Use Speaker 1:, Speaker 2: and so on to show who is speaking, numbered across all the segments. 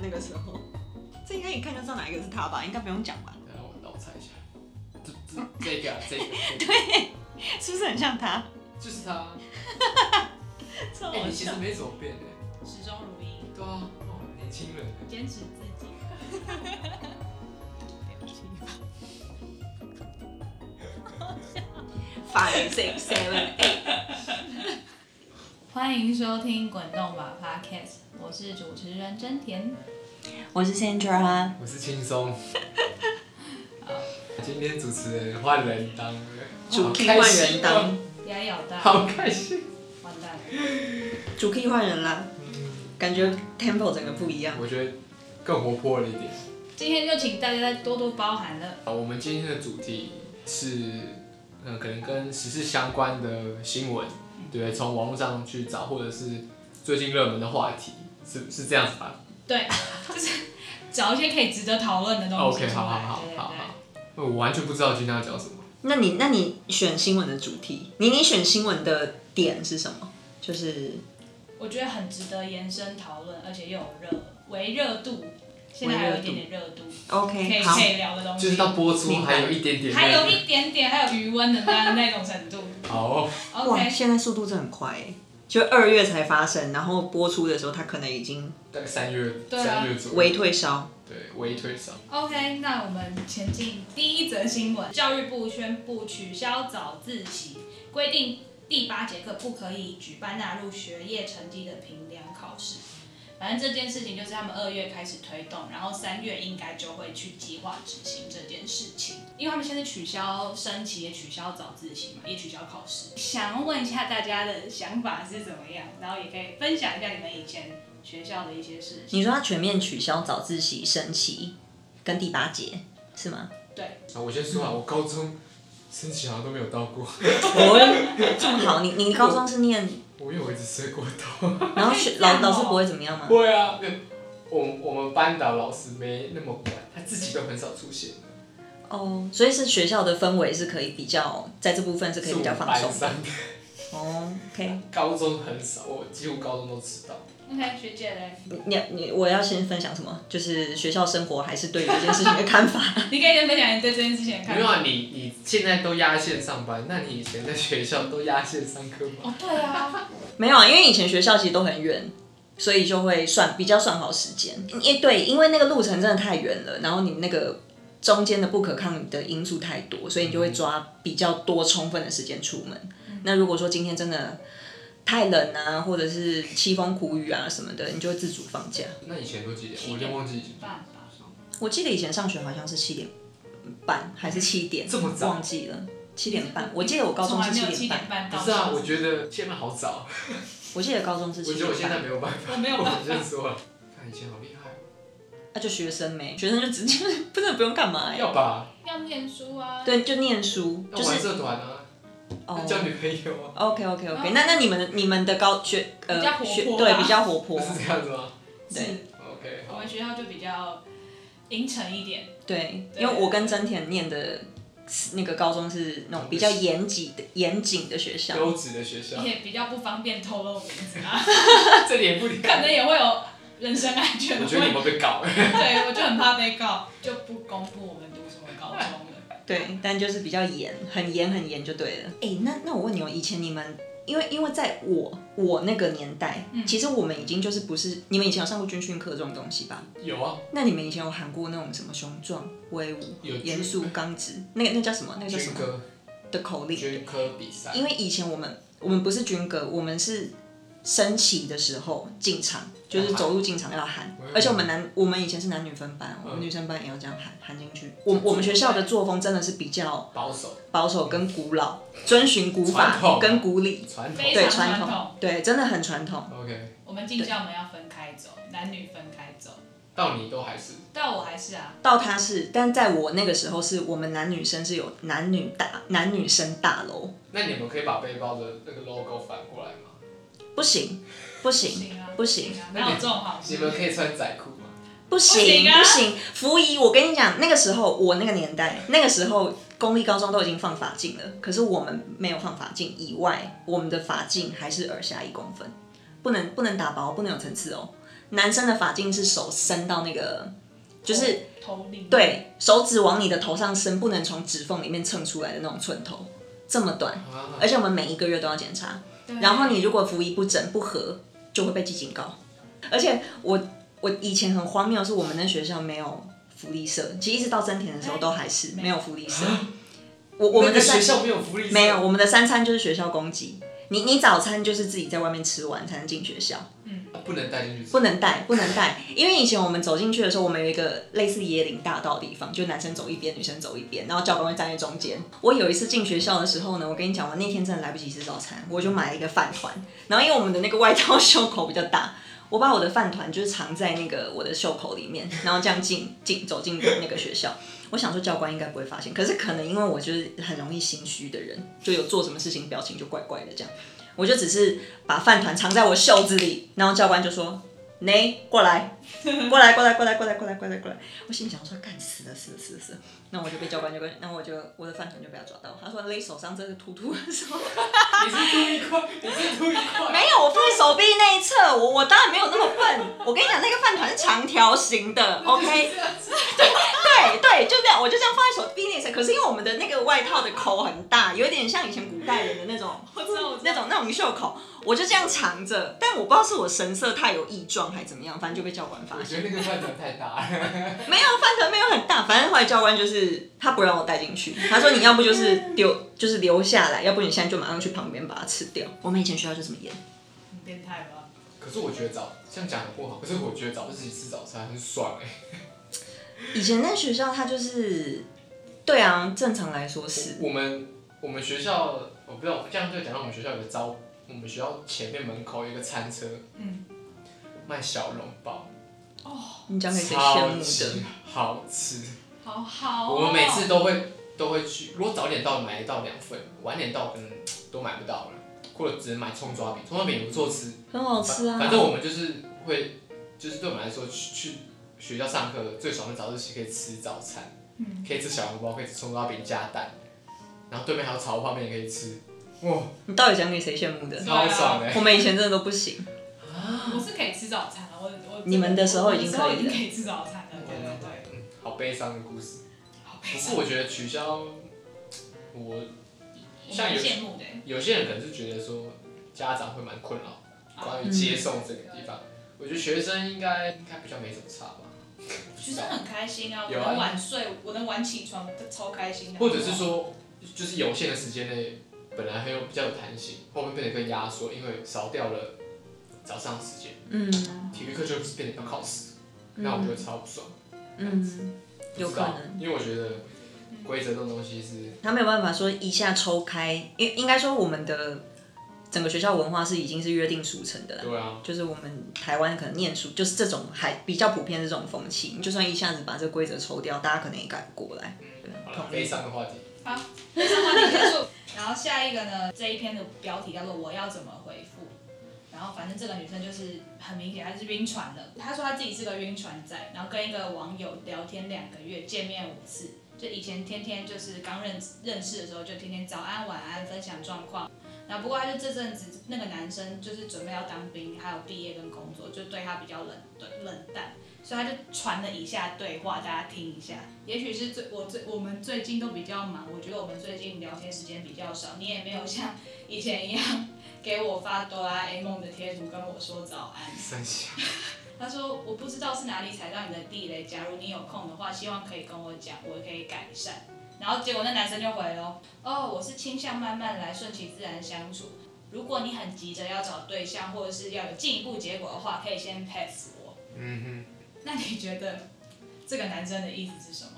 Speaker 1: 那个时候， 这应该一看就知道哪一个是他吧？应该不用讲吧？
Speaker 2: 等一下我让我猜一下，这这这个啊这个，这个
Speaker 1: 对， 是不是很像他？
Speaker 2: 就是他。
Speaker 1: 超
Speaker 2: 哎，
Speaker 1: 好
Speaker 2: 你其
Speaker 1: 笑
Speaker 2: 实。没怎么变哎。
Speaker 3: 始终如一，
Speaker 2: 对啊，哦，年轻人。
Speaker 3: 坚持自己。
Speaker 1: Five, six, seven, eight。
Speaker 3: 欢迎收听《滚动吧 Podcast》，我是主持人真田。
Speaker 1: 我是 Sandra，
Speaker 2: 我是 轻松。啊今天主持人换人当了，
Speaker 1: 主
Speaker 2: 好
Speaker 1: key
Speaker 2: 开
Speaker 1: 换
Speaker 2: 心
Speaker 1: 人当
Speaker 2: 哦，，
Speaker 3: 压力好大，
Speaker 2: 好开心。
Speaker 3: 完蛋了。
Speaker 1: 主 key 换人啦，感觉 tempo 整个不一样。
Speaker 2: 我觉得更活泼了一点。
Speaker 3: 今天就请大家再多多包涵了。
Speaker 2: 好，我们今天的主题是，嗯、可能跟时事相关的新闻，对不对？从网络上去找，或者是最近热门的话题，是是这样子吧
Speaker 3: 对，就是找一些可以值得讨论的东西
Speaker 2: ？OK，
Speaker 3: 出
Speaker 2: 好好
Speaker 3: 来。
Speaker 2: 好
Speaker 3: 对对
Speaker 2: 好
Speaker 3: 对
Speaker 2: 好。我完全不知道今天要讲什么。
Speaker 1: 那你那你选新闻的主题，你你选新闻的点是什么？就是
Speaker 3: 我觉得很值得延伸讨论，而且又有热微热度，现在还有一点点热度，可以
Speaker 1: OK 好
Speaker 3: 可，以聊的东
Speaker 2: 哦就是
Speaker 3: 西。
Speaker 2: 到播出
Speaker 1: 明白
Speaker 2: 还有一点点，
Speaker 3: 还有一点点，还有余温的那 那种程度。
Speaker 2: 好，哦
Speaker 1: 哇，
Speaker 3: OK，
Speaker 1: 现在速度真的很快欸就二月才发生，然后播出的时候，它可能已经
Speaker 2: 大概三月
Speaker 3: 对啊
Speaker 2: 三月左
Speaker 1: 微
Speaker 2: 右，
Speaker 1: 退烧。
Speaker 2: 对，微推上。
Speaker 3: OK，那我们前进第一则新闻：教育部宣布取消早自习，规定第八节课不可以举办纳入学业成绩的评量考试。反正这件事情就是他们二月开始推动，然后三月应该就会去计划执行这件事情，因为他们现在取消升旗，也取消早自习嘛，也取消考试。想要问一下大家的想法是怎么样，然后也可以分享一下你们以前学校的一些事情。
Speaker 1: 你说它全面取消早自习、升旗跟第八节是吗？
Speaker 2: 啊，我先说啊，我高中升旗好像都没有到过，
Speaker 1: 哦，这么好，你你高中是念，
Speaker 2: 我因为我一直睡过头。
Speaker 1: 然后学
Speaker 3: 这样
Speaker 1: 老
Speaker 3: 哦
Speaker 1: 老师不会怎么样吗？
Speaker 2: 会啊，我我们班导老师没那么管，他自己都很少出现，
Speaker 1: 哦，所以是学校的氛围是可以比较，在这部分是可以
Speaker 2: 是我
Speaker 1: 比较
Speaker 2: 们
Speaker 1: 放
Speaker 2: 班
Speaker 1: 松的。
Speaker 2: 上的。
Speaker 1: 哦，OK，
Speaker 2: 高中很少，我几乎高中都迟到。
Speaker 3: OK，学姐嘞。
Speaker 1: 你你你我要先分享什么？就是学校生活还是对这件事情的看法？
Speaker 3: 你可以先分享你对这件事情的看
Speaker 2: 没有
Speaker 3: 法。
Speaker 2: 啊，你你现在都压线上班，那你以前在学校都压线上课吗？
Speaker 3: 哦，对啊，
Speaker 1: 没有啊，因为以前学校其实都很远，所以就会算比较算好时间。因嗯对，因为那个路程真的太远了，然后你那个中间的不可抗的因素太多，所以你就会抓比较多充分的时间出门。那如果说今天真的太冷啊，或者是凄风苦雨啊什么的，你就会自主放假。
Speaker 2: 那以前都几点？
Speaker 3: 七
Speaker 2: 我
Speaker 3: 点
Speaker 2: 有点忘记以前。
Speaker 3: 爸爸。
Speaker 1: 我记得以前上学好像是七点半还是七点，
Speaker 2: 这么早
Speaker 1: 忘记了。七点半，我记得我高中是
Speaker 3: 从来没有
Speaker 1: 七
Speaker 3: 七
Speaker 1: 点
Speaker 3: 点
Speaker 1: 半，
Speaker 3: 半到。
Speaker 2: 不是啊， 我觉得现在好早，
Speaker 1: 我记得高中是
Speaker 2: 我
Speaker 1: 七
Speaker 2: 觉得我
Speaker 1: 点
Speaker 2: 现在
Speaker 1: 半，
Speaker 2: 没有办法。
Speaker 3: 我没有办法
Speaker 2: 我先说了，看以前好厉害哦，
Speaker 1: 那、就学生没，学生就直接 不是不用干嘛呀、欸
Speaker 2: 要吧？
Speaker 3: 要念书啊。
Speaker 1: 对，就念书，
Speaker 2: 要
Speaker 1: 就
Speaker 2: 玩
Speaker 1: 是
Speaker 2: 社团啊，
Speaker 1: 哦
Speaker 2: 要交女朋友啊，
Speaker 1: OK OK OK，
Speaker 3: 嗯
Speaker 1: 那那你们的你们的高学
Speaker 3: 比较
Speaker 1: 呃
Speaker 3: 活
Speaker 1: 学
Speaker 3: 泼
Speaker 1: 对
Speaker 3: 吧
Speaker 1: 比较活泼，啊
Speaker 2: 是这样子吗
Speaker 1: 对
Speaker 3: 是，
Speaker 2: ？OK，
Speaker 3: 我
Speaker 2: 好
Speaker 3: 们。学校就比较阴沉一点。
Speaker 1: 对，
Speaker 3: 对
Speaker 1: 因为我跟真田念的那个高中是那种比较严谨的严谨的学校，
Speaker 2: 优质的 学校，
Speaker 3: 也比较不方便透露名字啊，
Speaker 2: 这里也不理
Speaker 3: 可能也会有人身安 全
Speaker 2: 我
Speaker 3: 的
Speaker 2: 觉得
Speaker 3: 问
Speaker 2: 你
Speaker 3: 题。
Speaker 2: 们被 搞。
Speaker 3: 对，我就很怕被告，就不公布我们读什么高中了。
Speaker 1: 对，但就是比较严，很严很严就对了。哎，那那我问你哦，以前你们因为因为在我我那个年代，其实我们已经就是不是你们以前有上过军训课这种东西吧？
Speaker 2: 有啊，
Speaker 1: 那你们以前有喊过那种什么雄壮、威武、
Speaker 2: 有
Speaker 1: 严
Speaker 2: 军
Speaker 1: 肃、刚直，那个那叫什么？那个叫什
Speaker 2: 军
Speaker 1: 么
Speaker 2: 歌，
Speaker 1: 的口令？
Speaker 2: 军歌比赛。
Speaker 1: 因为以前我们我们不是军歌，我们是升旗的时候进场，就是走入进场要喊
Speaker 2: 嗯，
Speaker 1: 而且我们男我们以前是男女分班，
Speaker 2: 哦
Speaker 1: 我们女生班也要这样喊喊进去。我我们学校的作风真的是比较
Speaker 2: 保守
Speaker 1: 保守跟古老，遵循古
Speaker 2: 传统
Speaker 1: 法跟古礼，
Speaker 2: 传统哦
Speaker 3: 非。
Speaker 1: 对
Speaker 3: 常传
Speaker 1: 传
Speaker 3: 统
Speaker 1: 统，对真的很传统。
Speaker 2: OK，
Speaker 3: 我们进校门要分开走，男女分开走。
Speaker 2: 到你都还是
Speaker 3: 但我还是啊，
Speaker 1: 到他是，但在我那个时候是我们男女生是有男女大男女生大楼，
Speaker 2: 那你们可以把背包的那个 logo 反过来吗？
Speaker 1: 不行，不
Speaker 3: 不
Speaker 1: 行，
Speaker 3: 行啊，
Speaker 1: 不行
Speaker 3: 啊，哪有这种好事
Speaker 2: 你？们可以穿窄裤吗？
Speaker 1: 不行
Speaker 3: 不行啊
Speaker 1: 不行，服仪，我跟你讲，那个时候我那个年代，那个时候公立高中都已经放法镜了，可是我们没有放法镜以外，我们的法镜还是耳下一公分，不能不能打薄，不能有层次哦。男生的发巾是手伸到那个，就是
Speaker 3: 头领
Speaker 1: 对手指往你的头上伸，不能从指缝里面蹭出来的那种寸头，这么短。
Speaker 2: 啊
Speaker 1: 而且我们每一个月都要检查，
Speaker 3: 对
Speaker 1: 然后你如果服仪不整不合，就会被记警告。而且我我以前很荒谬，是我们那学校没有福利社，其实一直到真田的时候都还是
Speaker 3: 哎
Speaker 1: 没有福利社。我我们
Speaker 2: 啊那个
Speaker 1: 的三
Speaker 2: 学校没有福利社，
Speaker 1: 没有，我们的三餐就是学校供给。你你早餐就是自己在外面吃完才能进学校，
Speaker 2: 不能带进去吃
Speaker 1: 不能带不能带，因为以前我们走进去的时候，我们有一个类似椰林大道的地方，就男生走一边，女生走一边，然后教官会站在中间。我有一次进学校的时候呢，我跟你讲，我那天真的来不及吃早餐，我就买了一个饭团，然后因为我们的那个外套袖口比较大，我把我的饭团就是藏在那个我的袖口里面，然后这样进进走进那个学校。我想说教官应该不会发现，可是可能因为我就是很容易心虚的人，就有做什么事情表情就怪怪的这样，我就只是把饭团藏在我袖子里，然后教官就说：“你哎过来， 过来，过来，过来，过来，过来，过来，过来。”我心里想说：“干死了，死了，死了，死了。”那我就被教官就跟，那我就我的饭团就被他抓到。他说勒手上这个突突的时候，
Speaker 2: 你是吐一 块，你是吐一 块，
Speaker 1: 没有，我放在手臂那一侧，我我当然没有那么 笨。我跟你讲，那个饭团是长条形 的，OK。对对，就这样，我就这样放在手臂内侧。可是因为我们的那个外套的口很大，有点像以前古代人的那种
Speaker 3: 我知道我知
Speaker 1: 那
Speaker 3: 道
Speaker 1: 种那种袖口，我就这样藏着。但我不知道是我神色太有异状还是怎么样，反正就被教官发
Speaker 2: 我
Speaker 1: 现。
Speaker 2: 觉得那个饭团太大了。
Speaker 1: 没有饭团没有很大，反正后来教官就是他不让我带进去，他说你要不就是丢就是留下来，要不你现在就马上去旁边把它吃掉。我们以前学校就这么严。
Speaker 3: 很变态吧？
Speaker 2: 可是我觉得早，这样讲很不好。可是我觉得早自己吃早餐很爽哎、
Speaker 1: 以前在学校，他就是，对啊，正常来说是，
Speaker 2: 我们我们学校，我不知道，这样就讲到我们学校有个招，我们学校前面门口有一个餐车，
Speaker 3: 嗯，
Speaker 2: 卖小笼包，
Speaker 3: 哦
Speaker 1: 你讲给谁羡
Speaker 2: 超
Speaker 1: 慕
Speaker 2: 级
Speaker 1: 的？
Speaker 2: 好吃。
Speaker 3: 好好、哦。
Speaker 2: 我们每次都会都会去，如果早点到买得到两份，晚点到可能都买不到了，或者只能买葱抓饼，葱抓饼也不错吃。
Speaker 1: 很好吃啊！
Speaker 2: 反正我们就是会，就是对我们来说，去去学校上课最爽的早自习可以吃早餐，
Speaker 3: 嗯
Speaker 2: 可以吃小笼包，可以吃葱抓饼加蛋，然后对面还有炒泡面也可以吃，哇，
Speaker 1: 你到底讲给谁羡慕的？
Speaker 3: 对啊
Speaker 2: 超爽的、
Speaker 1: 我们以前真的都不行，
Speaker 3: 我是可以吃早餐了，我我
Speaker 1: 你们的时候已经可以了
Speaker 3: 我的时候已经可以吃早餐了，对对啊对。
Speaker 2: 嗯好悲伤的故事。
Speaker 3: 好
Speaker 2: 不过我觉得取消，我像
Speaker 3: 蛮
Speaker 2: 有
Speaker 3: 羡慕的欸，
Speaker 2: 有些人可能是觉得说家长会蛮困扰关于接送这个地方，
Speaker 3: 嗯
Speaker 2: 我觉得学生应该应该比较没什么差吧。
Speaker 3: 学生很开心啊，我
Speaker 2: 有啊
Speaker 3: 能晚睡，我能晚起床，超开心的。
Speaker 2: 或者是说，就是有限的时间内，本来很有比较有弹性，后面变得更压缩，因为少掉了早上的时间，
Speaker 1: 嗯
Speaker 2: 体育课就变得要考试，那我觉得超不爽。
Speaker 1: 嗯，
Speaker 2: 不
Speaker 1: 有
Speaker 2: 知
Speaker 1: 可
Speaker 2: 道，
Speaker 1: 能
Speaker 2: 因为我觉得规则这种东西是
Speaker 1: 他没有办法说一下抽开，应应该说我们的整个学校文化是已经是约定俗成的啦。
Speaker 2: 对啊，
Speaker 1: 就是我们台湾可能念书就是这种还比较普遍的这种风气，你就算一下子把这个规则抽掉，大家可能也改不过来。对啊
Speaker 2: 好了，
Speaker 1: 同
Speaker 2: 悲
Speaker 1: 意。
Speaker 2: 伤的话题，
Speaker 3: 非常话题结束。然后下一个呢，这一篇的标题叫做“我要怎么回复”。然后反正这个女生就是很明显，她就是晕船了。她说她自己是个晕船仔，然后跟一个网友聊天两个月，见面五次。就以前天天就是刚认认识的时候，就天天早安晚安分享状况。然后不过她就这阵子那个男生就是准备要当兵，还有毕业跟工作，就对她比较冷对冷淡。所以他就传了以下对话，大家听一下。也许是最我最我们最近都比较忙，我觉得我们最近聊天时间比较少，你也没有像以前一样给我发哆啦 A 梦的贴图跟我说早安。
Speaker 2: 三小，
Speaker 3: 他说我不知道是哪里踩到你的地雷，假如你有空的话，希望可以跟我讲，我可以改善。然后结果那男生就回了，哦，我是倾向慢慢来，顺其自然相处。如果你很急着要找对象，或者是要有进一步结果的话，可以先 pass 我。
Speaker 2: 嗯
Speaker 3: 那你觉得这个男生的意思是什么？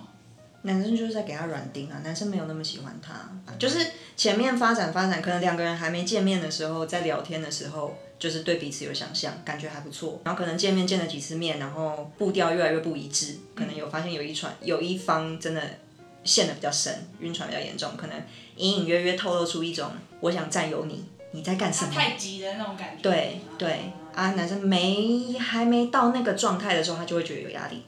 Speaker 1: 男生就是在给他软钉啊，男生没有那么喜欢他，就是前面发展发展，可能两个人还没见面的时候，在聊天的时候，就是对彼此有想象，感觉还不错。然后可能见面见了几次面，然后步调越来越不一致，可能有发现有一传有一方真的陷得比较深，晕船比较严重，可能隐隐约约透露出一种我想占有你，你在干什
Speaker 3: 他
Speaker 1: 么？
Speaker 3: 太急的那种感觉。
Speaker 1: 对啊对啊，男生没还没到那个状态的时候，他就会觉得有压力。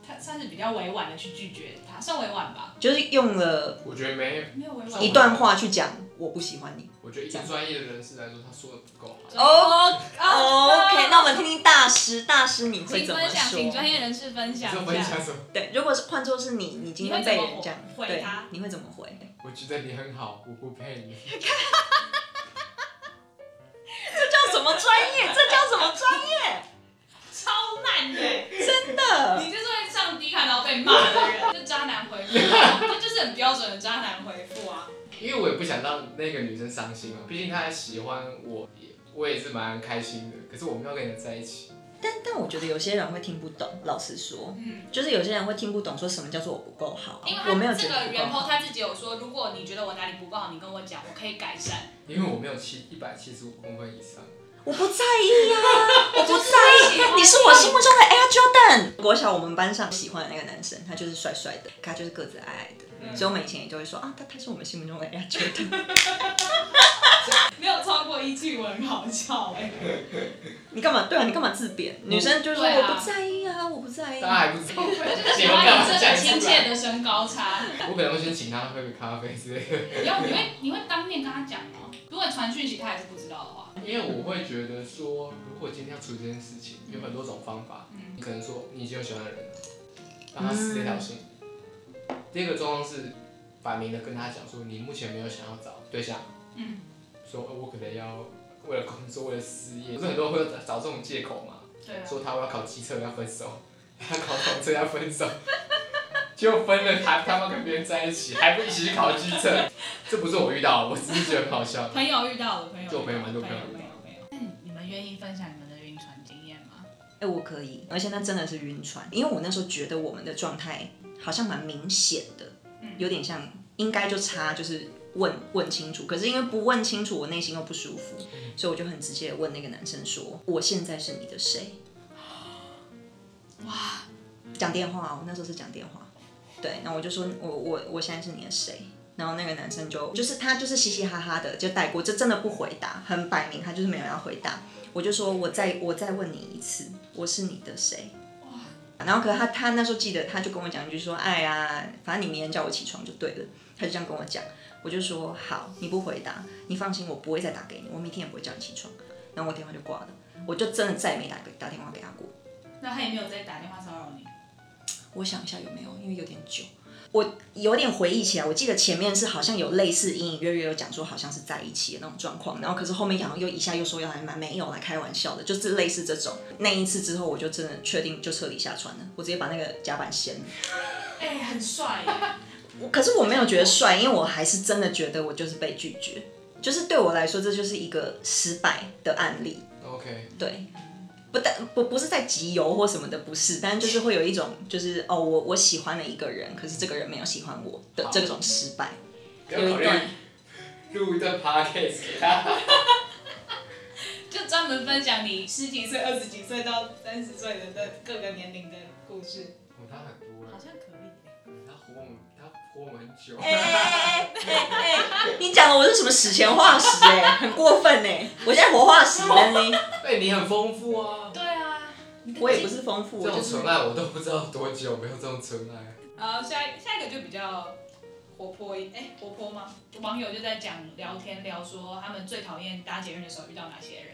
Speaker 3: 他算算是比较委婉的去拒绝他，算委婉吧，
Speaker 1: 就是用了
Speaker 2: 我觉得没，
Speaker 3: 没有委婉。
Speaker 1: 一段话去讲我不喜欢你。
Speaker 2: 我觉得以专业的人士来说，他说的不够好。
Speaker 1: 哦 OK，那我
Speaker 3: 们
Speaker 1: 们听听大师，大师你会
Speaker 3: 哦请
Speaker 1: 怎么
Speaker 3: 分享，
Speaker 1: 说？
Speaker 3: 请专业人士分
Speaker 2: 你
Speaker 3: 享
Speaker 2: 说
Speaker 3: 一
Speaker 2: 分
Speaker 3: 下
Speaker 2: 享。什么？
Speaker 1: 对，如果是换作是你，你今天被人这样
Speaker 3: 你会怎么回
Speaker 1: 对
Speaker 3: 他，
Speaker 1: 你会怎么回？
Speaker 2: 我觉得你很好，我不配你。
Speaker 1: 这叫什么专 业？这叫什么专业？
Speaker 3: 超烂的，
Speaker 1: 真的，
Speaker 3: 你就是会上低看然后被骂的人，就渣男回 复啊，这就是很标准的渣男回复啊。
Speaker 2: 因为我也不想让那个女生伤心嘛，毕竟她还喜欢我，也我也是蛮开心的。可是我们要跟人在一起，
Speaker 1: 但但我觉得有些人会听不懂。老实说，
Speaker 3: 嗯，
Speaker 1: 就是有些人会听不懂，说什么叫做我不够好啊
Speaker 3: 因为，
Speaker 1: 我没有
Speaker 3: 他
Speaker 1: 觉
Speaker 3: 这
Speaker 1: 得
Speaker 3: 个
Speaker 1: 不够
Speaker 3: 原 po
Speaker 1: 好。
Speaker 3: 他自己有说，如果你觉得我哪里不够好，你跟我讲，我可以改善。
Speaker 2: 因为我没有七一百七十五公分以上。
Speaker 1: 我不在意啊， 我不在
Speaker 3: 喜欢
Speaker 1: 意。你是我心目中的 Air Jordan。国小我们班上喜欢的那个男生，他就是帅帅的，他就是个子矮矮的，
Speaker 2: 嗯
Speaker 1: 所以我们以前也就会说啊，他他是我们心目中的 Air Jordan。
Speaker 3: 没有超过一句，我很好笑哎、
Speaker 1: 你干嘛？对啊，你干嘛自贬？女生就说
Speaker 3: 对啊
Speaker 1: 我不在意啊，我不在意
Speaker 2: 大。家还不知道，
Speaker 3: 喜
Speaker 2: 喜
Speaker 3: 欢
Speaker 2: 干嘛
Speaker 3: 你这
Speaker 2: 讲
Speaker 3: 个
Speaker 2: 出来
Speaker 3: 亲 切的身高差，
Speaker 2: 我可能会先请她喝个咖啡之类的。
Speaker 3: 你要你会你会当面跟他讲吗？如果传讯息他还是不知道的话，
Speaker 2: 因为我会觉得说，如果今天要处理这件事情，有很多种方法。
Speaker 3: 嗯
Speaker 2: 你可能说你已经有喜欢的人了，让他死这条心。第二个状况是，摆明的跟他讲说，你目前没有想要找对象，
Speaker 3: 嗯，
Speaker 2: 说、呃我可能要为了工作，为了事业，不是很多人会找这种借口嘛？
Speaker 3: 对啊，
Speaker 2: 说他我要考机车要分手， 他考统车要分手， 就分了还他妈跟别人在一起，还不一起去考机车，这不是我遇到的，我只是觉得很好笑。
Speaker 3: 朋友遇到的朋友遇到的，
Speaker 2: 做朋友蛮多
Speaker 3: 朋
Speaker 2: 朋
Speaker 3: 友
Speaker 2: 友
Speaker 3: 朋友朋友。那你们愿意分享你们的晕船经验吗？
Speaker 1: 哎、我可以，而且那真的是晕船，因为我那时候觉得我们的状态好像蛮明显的，有点像应该就差就是问问清楚，可是因为不问清楚，我内心又不舒服，所以我就很直接地问那个男生说：“我现在是你的谁？”哇，讲电话哦，我那时候是讲电话，对，然后我就说我我我现在是你的谁？然后那个男生就就是他就是嘻嘻哈哈的就带过，这真的不回答，很摆明他就是没有要回答。我就说我再我再问你一次，我是你的谁？然后可是他他那时候记得，他就跟我讲一句说，哎呀，反正你明天叫我起床就对了。他就这样跟我讲，我就说好，你不回答，你放心，我不会再打给你，我明天也不会叫你起床。然后我电话就挂了，我就真的再也没打给打电话给他过。
Speaker 3: 那他也没有再打电话骚扰你。
Speaker 1: 我想一下有没有，因为有点久，我有点回忆起来，我记得前面是好像有类似隐隐约约有讲说好像是在一起的那种状况，然后可是后面好像又一下又说要来买，没有来开玩笑的，就是类似这种。那一次之后，我就真的确定就彻底下船了，我直接把那个甲板掀了。
Speaker 3: 哎、很帅耶！
Speaker 1: 我可是我没有觉得帅，因为我还是真的觉得我就是被拒绝，就是对我来说这就是一个失败的案例。
Speaker 2: OK，
Speaker 1: 对，不但不不是在集邮或什么的，不是，但就是会有一种就是哦，我我喜欢了一个人，可是这个人没有喜欢我的
Speaker 2: 好
Speaker 1: 这种失败。
Speaker 2: 不
Speaker 1: 有一
Speaker 2: 要考虑
Speaker 1: 段
Speaker 2: 录一段 podcast 给他。
Speaker 3: 就专门分享你十几岁、二十几岁到三十岁的的各个年龄的故事，
Speaker 2: 哦，他很多
Speaker 3: 好
Speaker 2: 了，
Speaker 3: 像可以。
Speaker 2: 他活我们，他活我们很久。
Speaker 1: 哎哎哎哎，你讲的我是什么史前化石哎、很过分哎、我现在活化石了呢，
Speaker 2: 哎，你很丰富啊，
Speaker 3: 对啊，
Speaker 1: 我也不是丰富，我
Speaker 2: 这种
Speaker 1: 就是
Speaker 2: 纯爱我都不知道多久没有这种纯爱。
Speaker 3: 好，呃下一下一个就比较活泼一，哎、活泼吗？网友就在讲聊天聊说他们最讨厌搭捷运的时候遇到哪些人。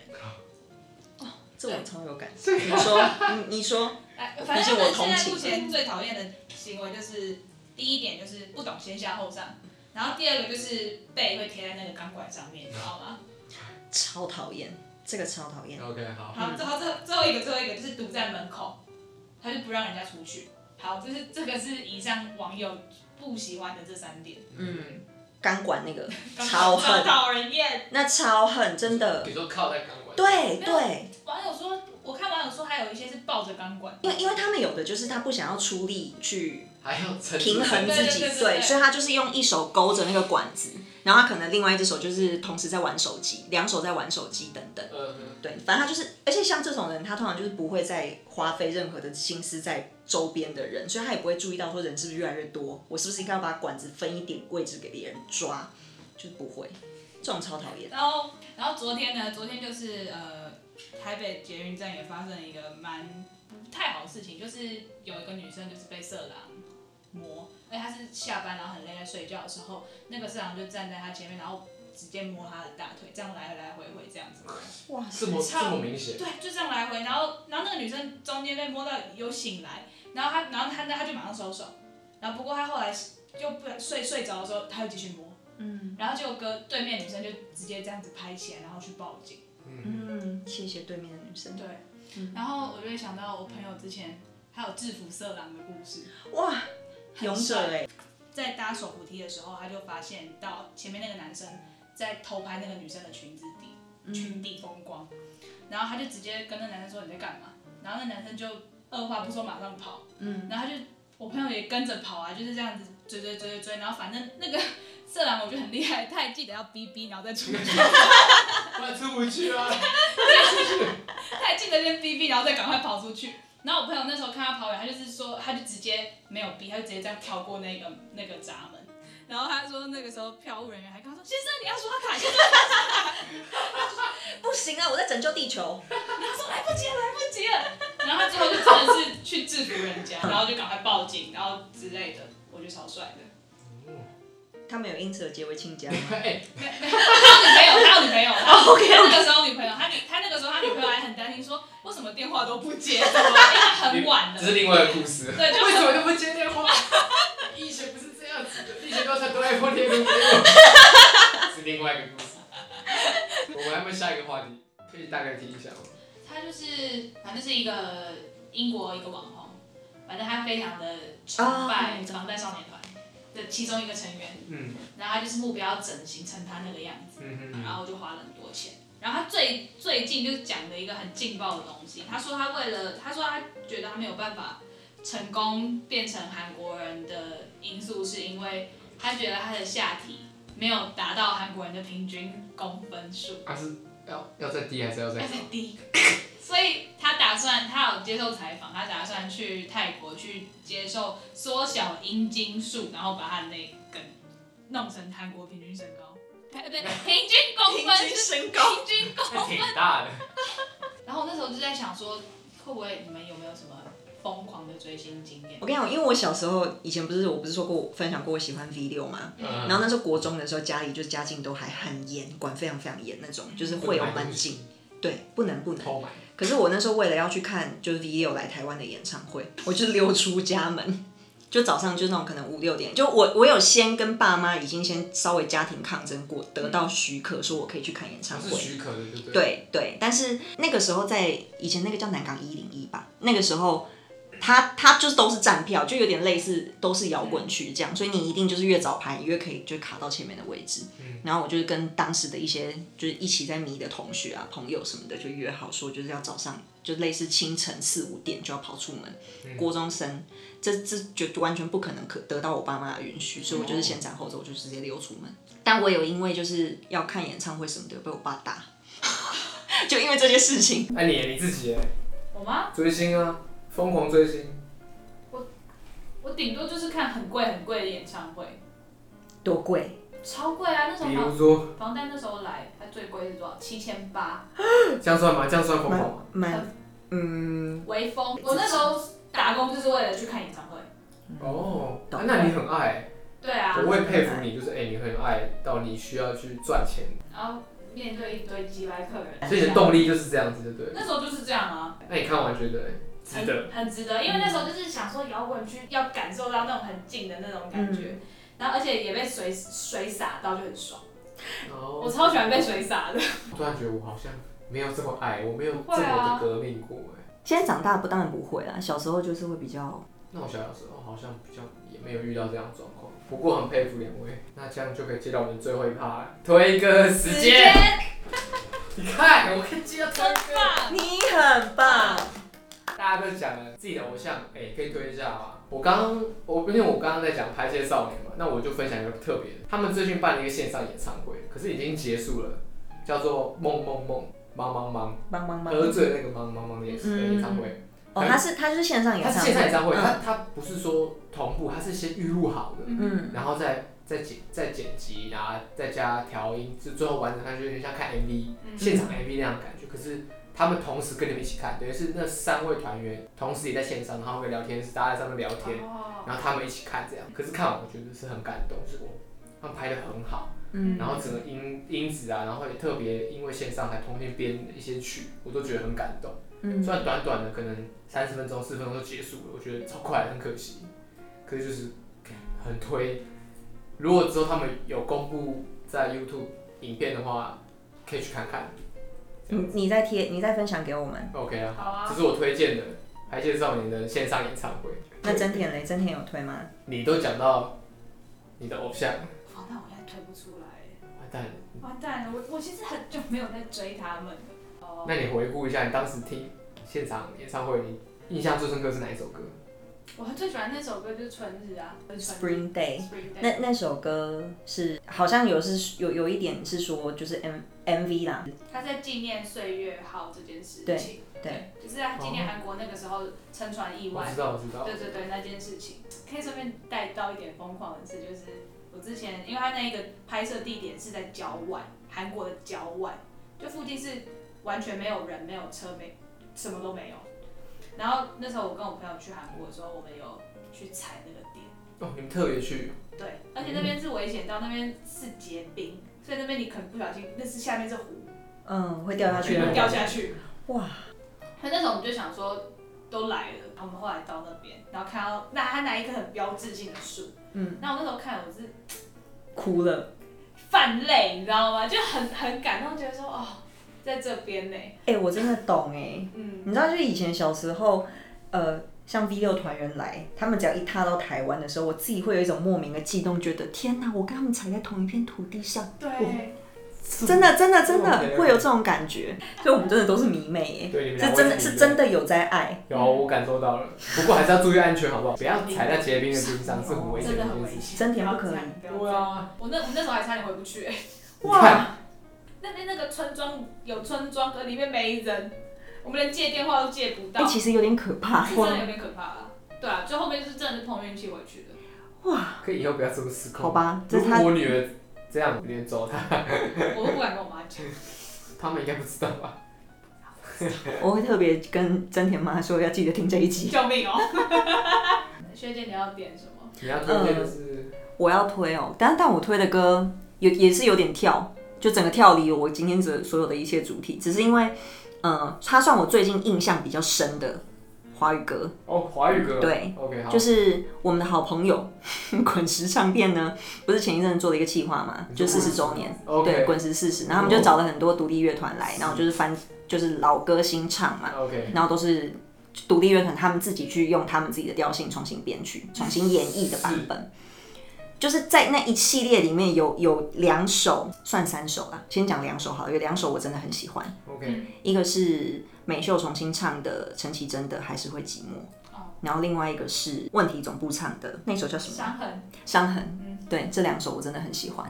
Speaker 1: 这我超有感。你说，你你说，
Speaker 3: 哎，反正
Speaker 1: 毕竟
Speaker 3: 他
Speaker 1: 我
Speaker 3: 们
Speaker 1: 同
Speaker 3: 现在
Speaker 1: 情
Speaker 3: 目前最讨厌的行为就是第一点就是不懂先下后上，然后第二个就是背会贴在那个钢管上面，你知道吗？
Speaker 1: 超讨厌，这个超讨厌。
Speaker 2: OK，好，
Speaker 1: 嗯
Speaker 3: 好，最后最后最后一个最后一个就是堵在门口，他就不让人家出去。好，就是这个是以上网友不喜欢的这三点，
Speaker 1: 嗯，钢管那个超
Speaker 3: 超
Speaker 1: 恨，
Speaker 3: 讨人厌。
Speaker 1: 那超恨，真的
Speaker 2: 比。如说靠在钢管，
Speaker 1: 对
Speaker 3: 没有
Speaker 1: 对，
Speaker 3: 网友说，我看网友说还有一些是抱着钢管，
Speaker 1: 因为因为他们有的就是他不想要出力去
Speaker 2: 还要撑住
Speaker 1: 平衡自己，
Speaker 3: 对对对对对
Speaker 1: 所以他就是用一手勾着那个管子，然后他可能另外一只手就是同时在玩手机，两手在玩手机等等。
Speaker 2: 呃，
Speaker 1: 对，反正他就是，而且像这种人，他通常就是不会再花费任何的心思在周边的人，所以他也不会注意到说人是不是越来越多，我是不是应该要把管子分一点位置给别人抓，就是不会，这种超讨厌。
Speaker 3: 然后，然后昨天呢？昨天就是呃，台北捷运站也发生了一个蛮不太好的事情，就是有一个女生就是被色狼摸，而且她是下班然后很累在睡觉的时候，那个色狼就站在她前面，然后直接摸她的大腿，这样来来回回这样子。
Speaker 1: 哇
Speaker 2: 这么这么明显，
Speaker 3: 对，就这样来回，然后然后那个女生中间被摸到有醒来，然后她然后她她就马上收手，然后不过她后来就不睡睡着的时候，她又继续摸，
Speaker 1: 嗯
Speaker 3: 然后结果跟对面女生就直接这样子拍起来，然后去报警。
Speaker 2: 嗯，
Speaker 1: 嗯，谢谢对面的女生。
Speaker 3: 对，
Speaker 1: 嗯
Speaker 3: 然后我就会想到我朋友之前还有制服色狼的故事，
Speaker 1: 哇，
Speaker 3: 很
Speaker 1: 勇者
Speaker 3: 帅
Speaker 1: 哎、
Speaker 3: 在搭手扶梯的时候，他就发现到前面那个男生在偷拍那个女生的裙子底，
Speaker 1: 嗯
Speaker 3: 裙底风光，然后他就直接跟那男生说你在干嘛，然后那男生就二话不说马上跑，
Speaker 1: 嗯，
Speaker 3: 然后他就我朋友也跟着跑啊，就是这样子追追追追追，然后反正那个 色狼我觉得很厉害，他还记得要逼逼，然后再出去，
Speaker 2: 不然出不去啊。
Speaker 3: 他还记得先逼逼，然后再赶快跑出去。然后我朋友那时候看他跑远，他就是说，他就直接没有逼，他就直接这样跳过那个那个闸门。然后他说那个时候票务人员还跟他说：“先生，你要刷卡，先生，
Speaker 1: 不行啊，我在拯救地球。
Speaker 3: 你要说来不及了，来不及了。” 然后他最后就真的是去制服人 家，然后就赶快报警，然后之类的，我觉得超帅的。
Speaker 1: 他们有因此而结为亲家吗
Speaker 2: 哎，
Speaker 3: 没有，他有女朋友， 他有
Speaker 1: ？OK，
Speaker 3: 他那个时候女朋友，他女他那个时候他女朋友还很担心，说为什么电话都不接，因为很晚了
Speaker 2: 这。是另外一个故事。
Speaker 3: 对就
Speaker 2: 为什么都不接电话？以前不是这样子的，以前都才都在破天路。 是另外一个故事。我们还没下一个话题，可以大概听一下吗？
Speaker 3: 他就是反正是一个英国一个网红，反正他非常的崇
Speaker 1: 啊
Speaker 3: 拜
Speaker 1: 我知道
Speaker 3: 防弹少年团的其中一个成员，
Speaker 2: 嗯
Speaker 3: 然后他就是目标整形成他那个样子，
Speaker 2: 嗯嗯
Speaker 3: 然后就花了很多钱。然后他最最近就讲了一个很劲爆的东西，他说他为了他说他觉得他没有办法成功变成韩国人的因素，是因为他觉得他的下体没有达到韩国人的平均公分数。
Speaker 2: 啊是要要再低还是要再
Speaker 3: 要
Speaker 2: 高
Speaker 3: 在？第一个。所以他打算，他有接受采访，他打算去泰国去接受缩小阴茎数，然后把他的那一根弄成韩国平均身高，哎不对，平均公分是
Speaker 1: 身
Speaker 3: 平均 公
Speaker 2: 还挺大的。
Speaker 3: 然后我那时候就在想说，会不会你们有没有什么疯狂的追星经验
Speaker 1: 我？跟你讲，因为我小时候以前不是我不是说过我分享过我喜欢 V 六吗？
Speaker 2: 嗯
Speaker 1: 然后那时候国中的时候，家里就家境都还很严，管非常非常严那种，就是会有门禁，对，不能不能。
Speaker 2: 偷买。
Speaker 1: 可是我那时候为了要去看就是 V 六来台湾的演唱会，我就溜出家门，就早上就那种可能五六点，就我我有先跟爸妈已经先稍微家庭抗争过，得到许可说我可以去看演唱
Speaker 2: 是
Speaker 1: 会。
Speaker 2: 许可的，对不对？
Speaker 1: 对对，但是那个时候在以前那个叫南港一零一吧，那个时候他他就是都是站票，就有点类似都是摇滚区这样，所以你一定就是越早排，你越可以就卡到前面的位置。然后我就是跟当时的一些就是一起在迷的同学啊、朋友什么的，就约好说就是要早上就类似清晨四五点就要跑出门，国中生。这这就完全不可能可得到我爸妈的允许，所以我就是先斩后奏，我就直接溜出门。但我有因为就是要看演唱会什么的，被我爸打， 就因为这些事情，
Speaker 2: 哎，你你自己哎
Speaker 3: 我吗？
Speaker 2: 追星啊，疯狂追星。
Speaker 3: 我顶多就是看很贵很贵的演唱会，
Speaker 1: 多贵？
Speaker 3: 超贵啊！那时
Speaker 2: 比
Speaker 3: 候
Speaker 2: 如说，
Speaker 3: 房房贷那时候来，它最贵是多少？七千八。
Speaker 2: 这样算吗？这样算疯狂吗？
Speaker 1: 蛮，嗯，
Speaker 3: 微风。我那时候打工就是为了去看演唱会。
Speaker 2: 哦，
Speaker 1: 懂
Speaker 2: 啊那你很爱，
Speaker 3: 对啊，
Speaker 2: 我会佩服你，就是哎、你很爱到你需要去赚钱，
Speaker 3: 然后面对一堆鸡来客人，
Speaker 2: 所以你的动力就是这样子，对不对？
Speaker 3: 那时候就是这样啊，
Speaker 2: 那你看完觉得哎值得？
Speaker 3: 很很值得，因为那时候就是想说摇滚区要感受到那种很近的那种感觉，
Speaker 2: 嗯
Speaker 3: 然后而且也被水水洒到就很爽，我
Speaker 2: 哦，
Speaker 3: 超喜欢被水洒的。
Speaker 2: 突然觉得我好像没有这么爱，我没有这
Speaker 3: 会
Speaker 2: 么的
Speaker 3: 啊
Speaker 2: 革命过哎。
Speaker 1: 现在长大不当然不会啦，小时候就是会比较，
Speaker 2: 那我小时候好像比较也没有遇到这样的状况，不过很佩服两位。那这样就可以接到我们最后一趴推歌时间。 你看，我可以接到推
Speaker 3: 真
Speaker 2: 歌。
Speaker 3: 棒！
Speaker 1: 你很棒，
Speaker 2: 大家都讲了自己的偶像，哎、可以推一下啊。我刚刚，我因为我刚刚在讲拍戏少年嘛，那我就分享一个特别的，他们最近办了一个线上演唱会，可是已经结束了，叫做《梦梦梦茫茫茫
Speaker 1: 帮帮》，忙！
Speaker 2: 喝醉那个茫茫茫的演演唱会，
Speaker 1: 哦，他是他是线上演
Speaker 2: 它
Speaker 1: 唱会，
Speaker 2: 是线上演唱会，它
Speaker 1: 嗯
Speaker 2: 它不是说同步，它是先预录好的，
Speaker 1: 嗯，
Speaker 2: 然后再再剪再剪辑，然后再加调音，就最后完成，它就有点像看 MV
Speaker 3: 嗯
Speaker 2: 现场 MV 那样的感觉。可是他们同时跟你们一起看，等于是那三位团员同时也在线上，然后会聊天室，大家在上面聊天，
Speaker 3: 哦，
Speaker 2: 然后他们一起看这样。可是看完我觉得是很感动，就是我他们拍的很好，
Speaker 1: 嗯
Speaker 2: 然后整个音音质啊，然后也特别因为线上还重新编一些曲，我都觉得很感动。
Speaker 1: 嗯
Speaker 2: 虽然短短的可能三十分钟、四十分钟就结束了，我觉得超快，很可惜。可是就是很推，如果之后他们有公布在 YouTube 影片的话，可以去看看。
Speaker 1: 你嗯你再贴，你再分享给我们。
Speaker 2: OK 啊，
Speaker 3: 好啊
Speaker 2: 这是我推荐的《排泄少年》的线上演唱会。
Speaker 1: 那真田嘞，真田有推吗？
Speaker 2: 你都讲到你的偶像，
Speaker 3: 好，那我现在推不出来，
Speaker 2: 完蛋了。
Speaker 3: 完蛋了，我我其实很久没有在追他们了。哦，
Speaker 2: 那你回顾一下，你当时听现场演唱会，你印象最深刻是哪一首歌？
Speaker 3: 我最喜欢那首歌就是《春日》啊，春日
Speaker 1: Spring Day。
Speaker 3: Spring Day。
Speaker 1: 那那首歌是好像有是有有一点是说就是 M M V 啦，
Speaker 3: 他在纪念岁月号这件事
Speaker 1: 对
Speaker 3: 情，
Speaker 1: 对哦
Speaker 3: 就是在纪念韩国那个时候沉船意
Speaker 2: 我
Speaker 3: 外
Speaker 2: 知，道，我知道。
Speaker 3: 对对对，那件事情可以顺便带到一点疯狂的事，就是我之前因为他那个拍摄地点是在郊外，韩国的郊外，就附近是完全没有人、没有车、没什么都没有。然后那时候我跟我朋友去韩国的时候，我们有去踩那个点，
Speaker 2: 哦，你们特别去，
Speaker 3: 对，而且那边是危险到那边是结冰，所以那边你可能不小心，那是下面是湖，
Speaker 1: 嗯，会掉下去
Speaker 2: 对
Speaker 1: 的
Speaker 3: 会
Speaker 1: 那
Speaker 3: 掉
Speaker 1: 种。
Speaker 3: 下去。
Speaker 1: 哇，
Speaker 3: 他那时候我们就想说，都来了，我们后来到那边，然后看到那他拿一棵很标志性的树，
Speaker 1: 嗯，
Speaker 3: 那我那时候看我是
Speaker 1: 哭了。
Speaker 3: 泛泪，你知道吗？就很很感动，觉得说哦，在这边呢，
Speaker 1: 哎、我真的懂哎、
Speaker 3: 嗯，
Speaker 1: 你知道，就以前小时候，呃，像 V 六团员来，他们只要一踏到台湾的时候，我自己会有一种莫名的悸动，觉得天哪，我跟他们踩在同一片土地上，
Speaker 3: 对，
Speaker 1: 真的，真的，真的
Speaker 2: OK，OK
Speaker 1: 会有这种感觉。所以我们真的都是迷妹
Speaker 2: 对，你
Speaker 1: 耶，是
Speaker 2: 们两
Speaker 1: 真
Speaker 2: 位
Speaker 1: 的啊是真的有在爱。
Speaker 2: 有，我感受到了。不过还是要注意安全，好不好？不要踩在结冰的冰上，是很危险
Speaker 3: 真
Speaker 2: 的一
Speaker 3: 的很
Speaker 2: 件
Speaker 3: 危
Speaker 2: 事情。
Speaker 3: 险，
Speaker 1: 真的不可以
Speaker 3: 要这样不要这
Speaker 2: 对
Speaker 3: 样
Speaker 2: 啊，
Speaker 3: 我那我们那时候还差点回不去，
Speaker 2: 你看，
Speaker 3: 那边那个村庄有村庄，可里面没人，我们连借电话都借不
Speaker 1: 哎、
Speaker 3: 到，
Speaker 1: 其实有点可怕。
Speaker 3: 是真的有点可怕啊。对啊，最后面是真的是碰运气回去的。
Speaker 2: 可以以后不要这么失控。
Speaker 1: 好吧这
Speaker 2: 如
Speaker 1: 是
Speaker 2: 果
Speaker 1: 他
Speaker 2: 我女儿这样连走她，
Speaker 3: 我都不敢跟我妈讲，
Speaker 2: 他们应该不知道吧？
Speaker 1: 我会特别跟真田妈说，要记得听这一集。
Speaker 3: 救命哦！ 学姐，你要点什么？
Speaker 2: 你要推荐的是，
Speaker 1: 我要推哦，但但我推的歌也也是有点跳，就整个跳离我今天这所有的一切主题，只是因为，呃，它算我最近印象比较深的华语歌。
Speaker 2: 哦，华语歌。
Speaker 1: 对
Speaker 2: ，OK，好
Speaker 1: 就。是我们的好朋友 滚石唱片呢，不是前一阵做了一个企划嘛，就四十周年，对，
Speaker 2: OK 哦
Speaker 1: 滚石四十，然后他们就找了很多独立乐团来，然后就是翻就是老歌新唱嘛，
Speaker 2: OK，
Speaker 1: 然后都是独立乐团他们自己去用他们自己的调性重新编曲、重新演绎的版本。就是在那一系列里面有有两首，算三首啦，先讲两首好了，有两首我真的很喜欢，
Speaker 2: OK，
Speaker 1: 一个是美秀重新唱的陈绮贞的《还是会寂寞》
Speaker 3: 哦，
Speaker 1: 然后另外一个是问题总部唱的那首叫什么？
Speaker 3: 伤痕，嗯哦
Speaker 1: 伤痕。对，这两首我真的很喜欢。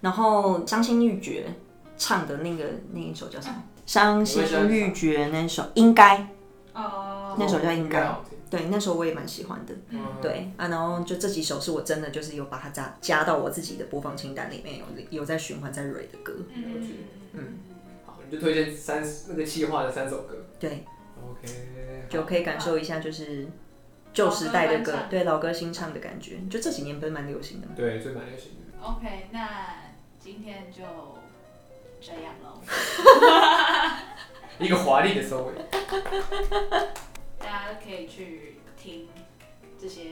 Speaker 1: 然后伤心欲绝唱的那个那一首叫什么？伤心欲绝那首应该，
Speaker 3: 哦，
Speaker 1: 那首叫应该。
Speaker 2: 好听。
Speaker 1: 对，那首我也蛮喜欢的。
Speaker 2: 嗯，
Speaker 1: 对啊，然后就这几首是我真的就是有把它加加到我自己的播放清单里面，有有在循环在蕊的歌。
Speaker 3: 嗯，嗯，
Speaker 2: 好，你就推荐三那个企划的三首歌。
Speaker 1: 对，
Speaker 2: OK，
Speaker 1: 就可以感受一下就是旧时代的歌，对老歌新唱的感觉。就这几年不是蛮流行的吗？
Speaker 2: 对，最蛮流行的。
Speaker 3: 嗯 OK，那今天就这样喽，
Speaker 2: 一个华丽的收尾。
Speaker 3: 大家可以去听这些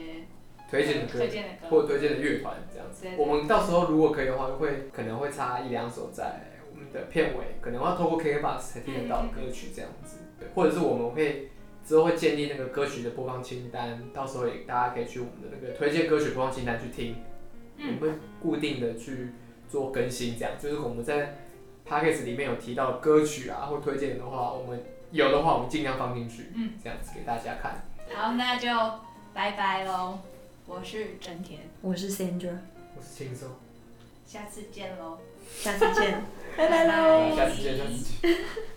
Speaker 2: 推荐的歌
Speaker 3: 推。荐的
Speaker 2: 或
Speaker 3: 歌，
Speaker 2: 推荐的乐团这样子
Speaker 3: 对。对
Speaker 2: 我们到时候如果可以的话，会可能会插一两首在我们的片尾，可能要透过 KKBOX 才听得到的歌曲这样子。
Speaker 3: 嗯
Speaker 2: 对，或者是我们会之后会建立那个歌曲的播放清单，到时候也大家可以去我们的那个推荐歌曲播放清单去听。
Speaker 3: 嗯
Speaker 2: 我们会固定的去做更新，这样就是我们在 p a c k a g e 里面有提到的歌曲啊或推荐的话，我们有的话我们尽量放进去，
Speaker 3: 嗯，
Speaker 2: 这样子给大家看。
Speaker 3: 好，那就拜拜喽，我是真田，
Speaker 1: 我是 Sandra，
Speaker 2: 我是轻松，
Speaker 3: 下次见喽，
Speaker 1: 下次见，
Speaker 3: 拜拜
Speaker 2: 好啦下次见，下次见。